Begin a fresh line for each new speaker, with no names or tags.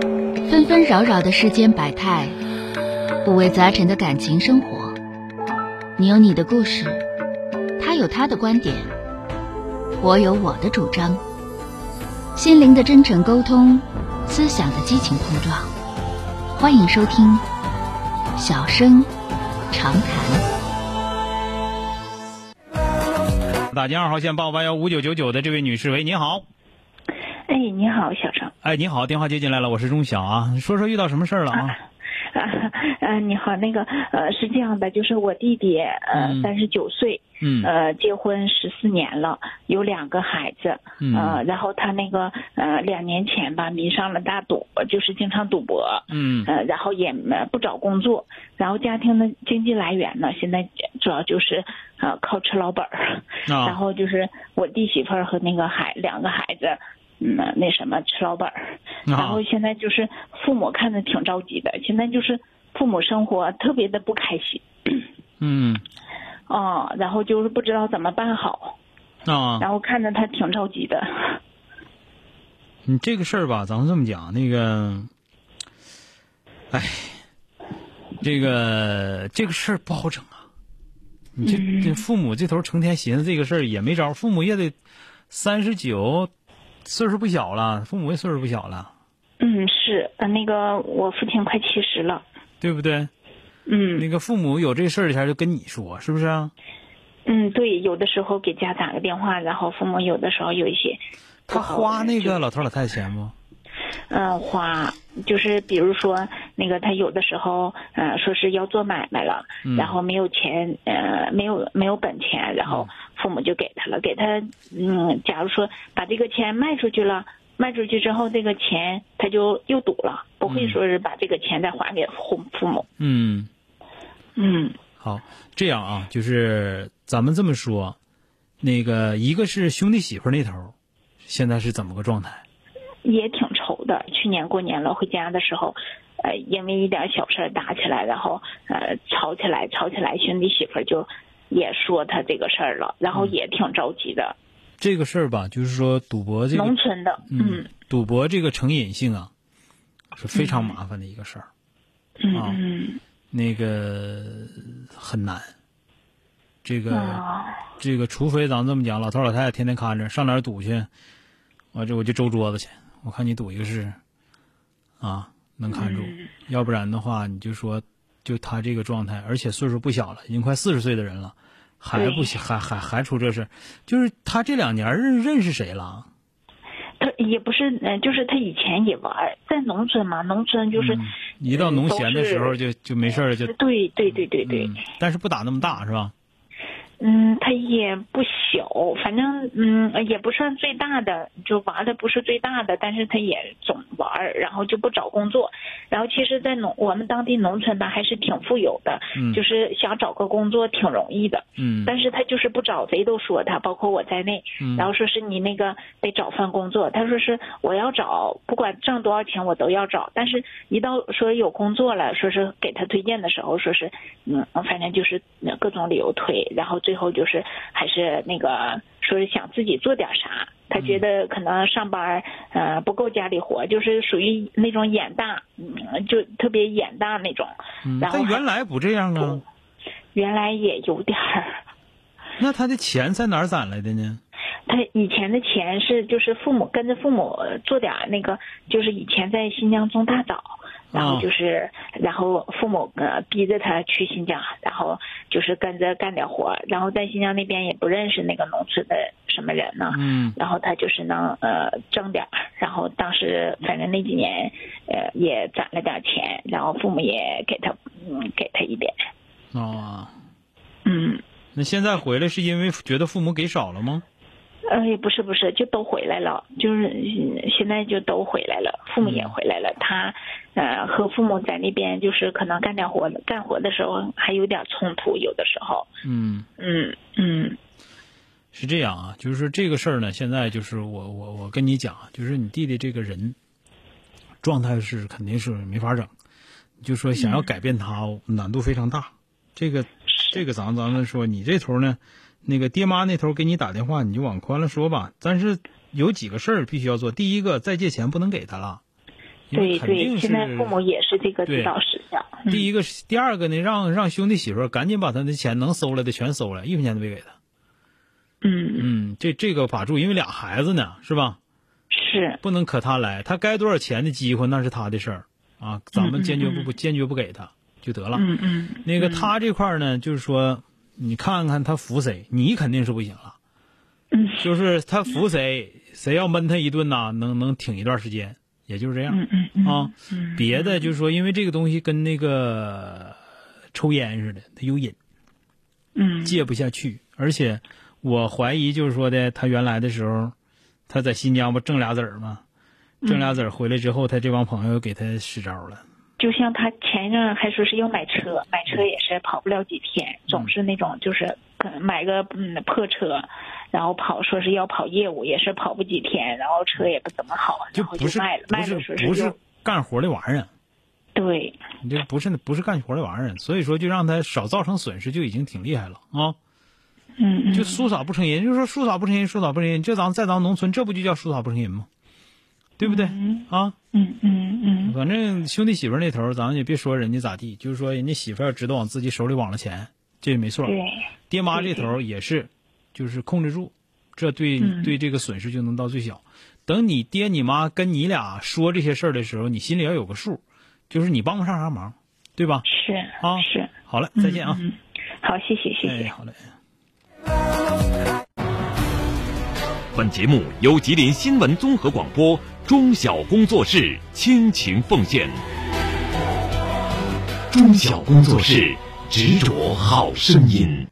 纷纷扰扰的世间百态，五味杂陈的感情生活。你有你的故事，他有他的观点，我有我的主张。心灵的真诚沟通，思想的激情碰撞。欢迎收听《小声长谈》。
打进二号线报八幺五九九九的这位女士，喂，你好。
哎，你好，小张。
哎，你好，电话接进来了，我是钟晓啊，说说遇到什么事儿了啊？
啊，呃，你好，那个，呃，是这样的，就是我弟弟，呃
嗯，
三十九岁，
嗯
呃，结婚十四年了，有两个孩子，呃，
嗯
然后他那个，呃，两年前吧，迷上了大赌，就是经常赌博，
嗯
呃，然后也呃不找工作，然后家庭的经济来源呢，现在主要就是，呃，靠吃老本儿，然
啊
后就是我弟媳妇儿和那个孩两个孩子，嗯，那什么吃老本儿，然
啊
后现在就是父母看着挺着急的，现在就是父母生活特别的不开心
嗯
啊、然后就是不知道怎么办好，
啊，
然后看着他挺着急的。
你这个事儿吧，咱们这么讲，那个，哎，这个这个事儿不好整啊。你
嗯
这这父母这头成天寻思这个事儿也没招儿，父母也得三十九，岁数不小了，父母也岁数不小了，
嗯，是，呃，那个我父亲快七十了。
对不对？
嗯
那个父母有这事儿前就跟你说，是不是啊？
嗯，对，有的时候给家打个电话，然后父母有的时候有一些不
他
好的
花那
就
个老头老太太钱不？
嗯，花就是比如说那个他有的时候，呃，说是要做买卖了，
嗯
然后没有钱，呃，没有没有本钱，然后父母就给他了，给他，嗯，假如说把这个钱卖出去了，卖出去之后这个钱他就又赌了，不会
嗯
说是把这个钱再还给父父母，
嗯，
嗯
好，这样啊，就是咱们这么说，那个一个是兄弟媳妇儿那头儿，现在是怎么个状态？
也挺愁的。去年过年了回家的时候，呃，因为一点小事儿打起来，然后呃吵起来，吵起来，兄弟媳妇儿就也说他这个事儿了，然后也挺着急的。
这个事儿吧，就是说赌博这个
农，村的，
嗯，赌博这个成瘾性啊，是非常麻烦的一个事儿，
嗯
啊
嗯
那个很难。这
嗯
个、
啊
这个，除非咱们这么讲，老头老太太天天看着，上哪儿赌去？我这我就周桌子去，我看你赌一个试试，啊，能看住。
嗯
要不然的话，你就说，就他这个状态，而且岁数不小了，已经快四十岁的人了，还不行，还还还出这事儿，就是他这两年认认识谁了？
他也不是，嗯，就是他以前也玩儿，在农村嘛，农村就是，
嗯一到农闲的时候
都
就就没事儿了就
对对对对对，
嗯，但是不打那么大是吧？
嗯，他也不小，反正嗯也不算最大的，就玩的不是最大的，但是他也总玩儿，然后就不找工作，然后其实，在农我们当地农村吧，还是挺富有的，
嗯
就是想找个工作挺容易的，
嗯
但是他就是不找，谁都说他，包括我在内，
嗯
然后说是你那个得找份工作，他说是我要找，不管挣多少钱我都要找，但是一到说有工作了，说是给他推荐的时候，说是嗯，反正就是嗯各种理由推，然后最后就是还是那个说是想自己做点啥，他觉得可能上班呃不够家里活，就是属于那种眼大，嗯，就特别眼大那种，
嗯
然后嗯
但原来不这样啊，
原来也有点儿。
那他的钱在哪儿攒来的呢？
他以前的钱是就是父母跟着父母呃做点儿那个，就是以前在新疆种大枣，然后就是、然后父母呃逼着他去新疆，然后就是跟着干点活儿，然后在新疆那边也不认识那个农村的什么人呢。
嗯
然后他就是能呃挣点儿，然后当时反正那几年，呃也攒了点儿钱，然后父母也给他嗯给他一点，
啊，
嗯
那现在回来是因为觉得父母给少了吗？
呃，也不是不是，就都回来了，就是嗯现在就都回来了，父母
嗯
也回来了。他，呃，和父母在那边就是可能干点活，干活的时候还有点冲突，有的时候，
嗯。
嗯嗯
是这样啊，就是说这个事儿呢，现在就是我我我跟你讲啊，就是你弟弟这个人状态是肯定是没法整，就说想要改变他、难度非常大。这个这个咱咱们说，你这头呢，那个爹妈那头给你打电话，你就往宽了说吧。但是有几个事儿必须要做，第一个再借钱不能给他了，因为
对
肯定
对，
是
现在父母也是这个
对
指导思想。
第一个是，第二个呢，让让兄弟媳妇儿赶紧把他的钱能搜来的全搜来，一分钱都别给他。
嗯，嗯
嗯，这这个把住，因为俩孩子呢，是吧？
是，
不能可他来，他该多少钱的机会那是他的事儿啊，咱们坚决不不坚决不给他就得了。
嗯嗯，
那个
嗯
他这块儿呢，就是说，你看看他服谁，你肯定是不行了。
嗯
就是他服谁，谁要闷他一顿呐、能能挺一段时间，也就是这样。
嗯嗯嗯
啊
嗯
别的就是说，因为这个东西跟那个抽烟似的，它有瘾，
嗯
戒不下去。而且我怀疑就是说的，他原来的时候，他在新疆不挣俩子儿吗？
嗯
挣俩子儿回来之后，他这帮朋友给他使招了。
就像他前一阵还说是要买车，买车也是跑不了几天，
嗯
总是那种就是可能买个嗯破车，然后跑说是要跑业务，也是跑不几天，然后车也不怎么好，然后
不是
卖了，
不
卖了说
是不是
又
干活的玩意儿，
对，
你这不是不是干活的玩意儿，所以说就让他少造成损失就已经挺厉害了啊。
嗯嗯，
就叔嫂不成人，就说叔嫂不成人，叔嫂不成人，这咱在咱农村，这不就叫叔嫂不成人吗？对不对？
嗯
啊，
嗯嗯嗯
反正兄弟媳妇儿那头儿，咱也别说人家咋地，就是说人家媳妇儿要知道往自己手里往了钱，这也没错儿。
对，
爹妈这头儿也是，就是控制住，这对、
嗯
对这个损失就能到最小。等你爹你妈跟你俩说这些事儿的时候，你心里要有个数，就是你帮不上啥忙，对吧？
是
啊
是，
好了，再见啊！
嗯，嗯好，谢谢谢谢
哎，。好嘞。
本节目由吉林新闻综合广播中小工作室倾情奉献。中小工作室执着好声音。